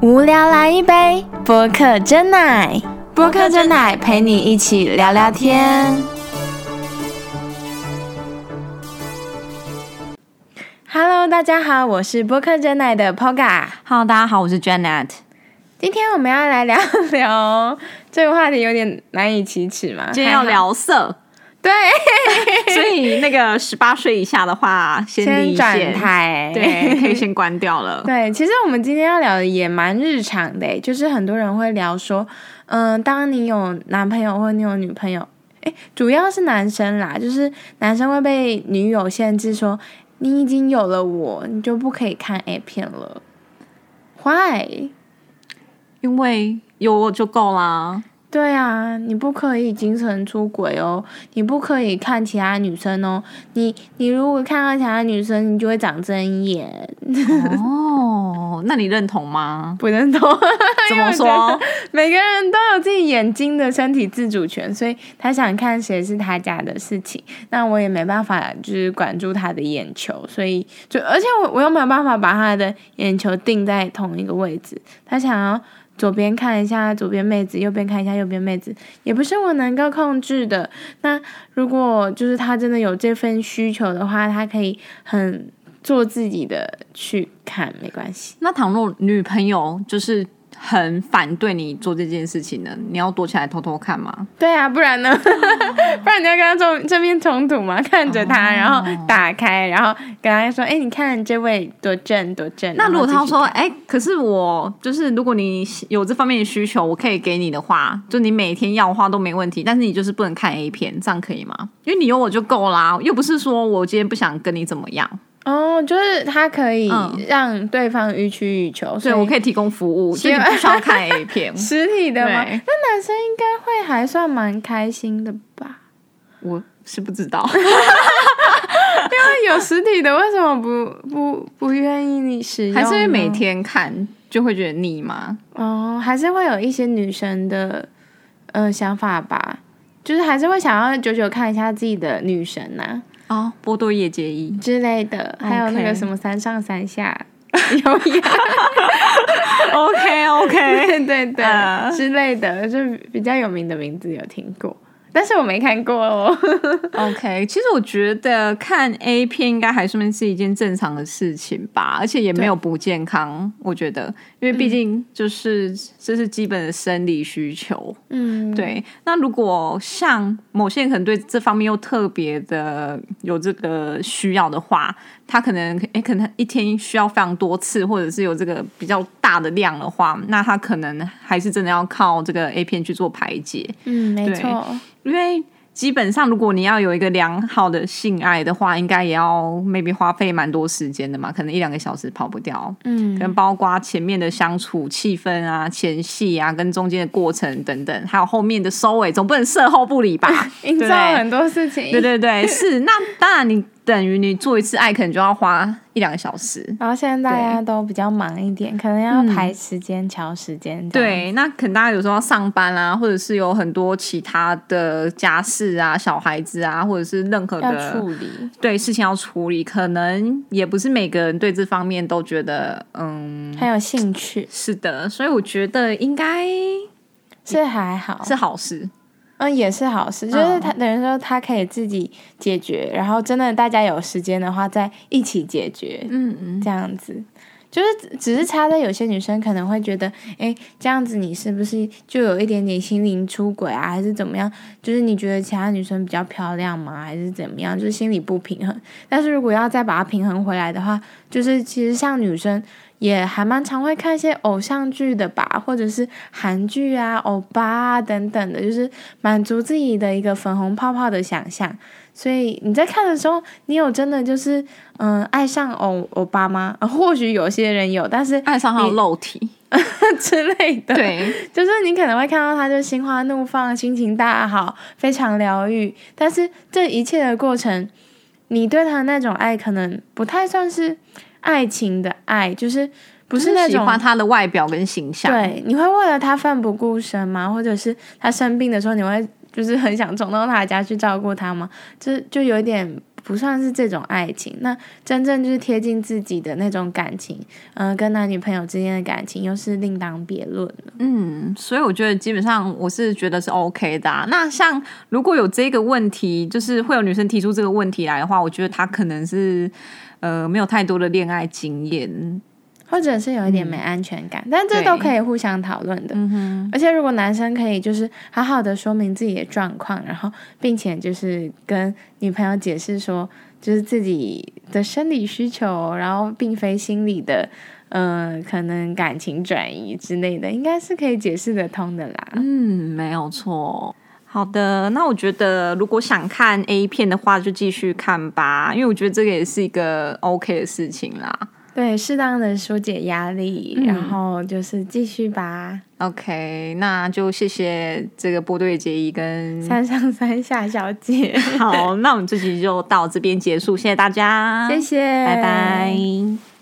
无聊来一杯播客真奶，播客真奶陪你一起聊聊天。Hello，大家好，我是播客真奶的 Poga。 Hello，大家好，我是 Janet。今天我们要来聊聊这个话题，有点难以启齿嘛。今天要还好聊色， 对，所以那个十八岁以下的话，先先离转线，台。对，可以先关掉 了。对，其实我们今天要聊的也蛮日常的欸，就是很多人会聊说，嗯、当你有男朋友或你有女朋友，诶，主要是男生啦，就是男生会被女友限制说，你已经有了我，你就不可以看 A 片了。Why？因为有我就够啦。对啊，你不可以精神出轨哦，你不可以看其他女生哦，你你如果看到其他女生，你就会长针眼，哦，那你认同吗？不 能懂。怎么说？每个人都有自己眼睛的身体自主权，所以他想看谁是他家的事情，那我也没办法，就是管住他的眼球，所以就而且我我又没有办法把他的眼球定在同一个位置，他想要左边看一下左边妹子，右边看一下右边妹子，也不是我能够控制的。那如果就是他真的有这份需求的话，他可以很做自己的去看，没关系。那倘若女朋友就是很反对你做这件事情呢，你要躲起来偷偷看吗？对啊，不然呢？ 不然你要跟他正正面冲突嘛， 看着他，然后打开，然后跟他说：“哎、你看这位多正多正。”那如果然他后继续说，哎、可是我就是，如果你有这方面的需求，我可以给你的话，就你每天要的话都没问题，但是你就是不能看 A 片，这样可以吗？因为你有我就够啦，又不是说我今天不想跟你怎么样，哦，就是他可以嗯让对方予取予求，所以我可以以提供服务，是。所以你不需要看 A 片实体的吗？对那男生应该会还算蛮开心的 吧？ 我是不知道，啊因为有实体的，为什么不不不愿意你使用呢？还是因为每天看就会觉得腻吗？哦，还是会有一些女生的呃想法吧，就是还是会想要久久看一下自己的女神啊呐、哦，波多野结衣， 之类的，还有那个 OK 什么三上三下 有氧， OK OK，对对对、啊之类的，就是比较有名的名字有听过，但是我没看过哦。 OK，其实我觉得看 A 片应该还算是一件正常的事情吧，而且也没有不健康。我觉得，因为毕竟就是、这是基本的生理需求。 嗯，对，那如果像某些人可能对这方面又特别的有这个需要的话，他可能诶可能一天需要非常多次，或者是有这个比较大的量的话，那他可能还是真的要靠这个 A 片去做排解。嗯，没对错，因为基本上，如果你要有一个良好的性爱的话，应该也要 maybe 花费蛮多时间的嘛，可能一两个小时跑不掉。嗯？可能包括前面的相处气氛啊、前戏啊、跟中间的过程等等，还有后面的收尾，总不能事后不理吧 营造对不对很多事情，对对对，是。那当然，你等于你做一次爱，可能就要花一两个小时。然后现在大对家都比较忙一点，可能要嗯排时间、调时间。，对，那可能大家有时候要上班啊，或者是有很多其他的家事啊、小孩子啊，或者是任何要的处理。对事情要处理，可能也不是每个人对这方面都觉得，嗯，很有兴趣是的，所以我觉得应该是还好，是好事。嗯，也是好事，就是他等于说他可以自己解决，然后真的大家有时间的话再一起解决，嗯嗯，这样子，就是只只是差在有些女生可能会觉得，哎，这样子你是不是就有一点点心灵出轨啊，还是怎么样？就是你觉得其他女生比较漂亮吗？还是怎么样？就是心理不平衡。但是如果要再把它平衡回来的话，就是其实像女生也还蛮常会看一些偶像剧的吧，或者是韩剧啊、欧巴啊等等的，就是满足自己的一个粉红泡泡的想象。所以你在看的时候，你有真的就是嗯爱上欧欧巴吗、 呃或许有些人有，但是爱上他的肉体，之类的，， 对， 就是你可能会看到他就心花怒放、心情大好，非常疗愈。但是这一切的过程，你对他的那种爱可能不太算是爱情的爱，就是不不是那喜种欢他的外表跟形象。，对，你会为了他奋不顾身吗？或者是他生病的时候，你会就是很想冲到他家去照顾他吗？这就有点不算是这种爱情。那真正就是贴近自己的那种感情，嗯、跟男女朋友之间的感情又是另当别论了。所以我觉得基本上我是觉得是 OK 的啊、那像如果有这个问题，就是会有女生提出这个问题来的话，我觉得她可能是呃没有太多的恋爱经验。或者是有一点嗯没安全感，但这都可以互相讨论的。而且如果男生可以就是好好的说明自己的状况，然后并且就是跟女朋友解释说，就是自己的生理需求，然后并非心理的，呃，可能感情转移之类的，应该是可以解释得通的啦。嗯，没有错。好的，那我觉得如果想看 A 片的话，就继续看吧，因为我觉得这个也是一个 OK 的事情啦。对，适当的疏解压力，嗯然后就是继续吧， OK，那就谢谢这个波队结衣跟 三上三下小姐，好，那我们这集就到这边结束，谢谢大家，谢谢，嗯拜拜。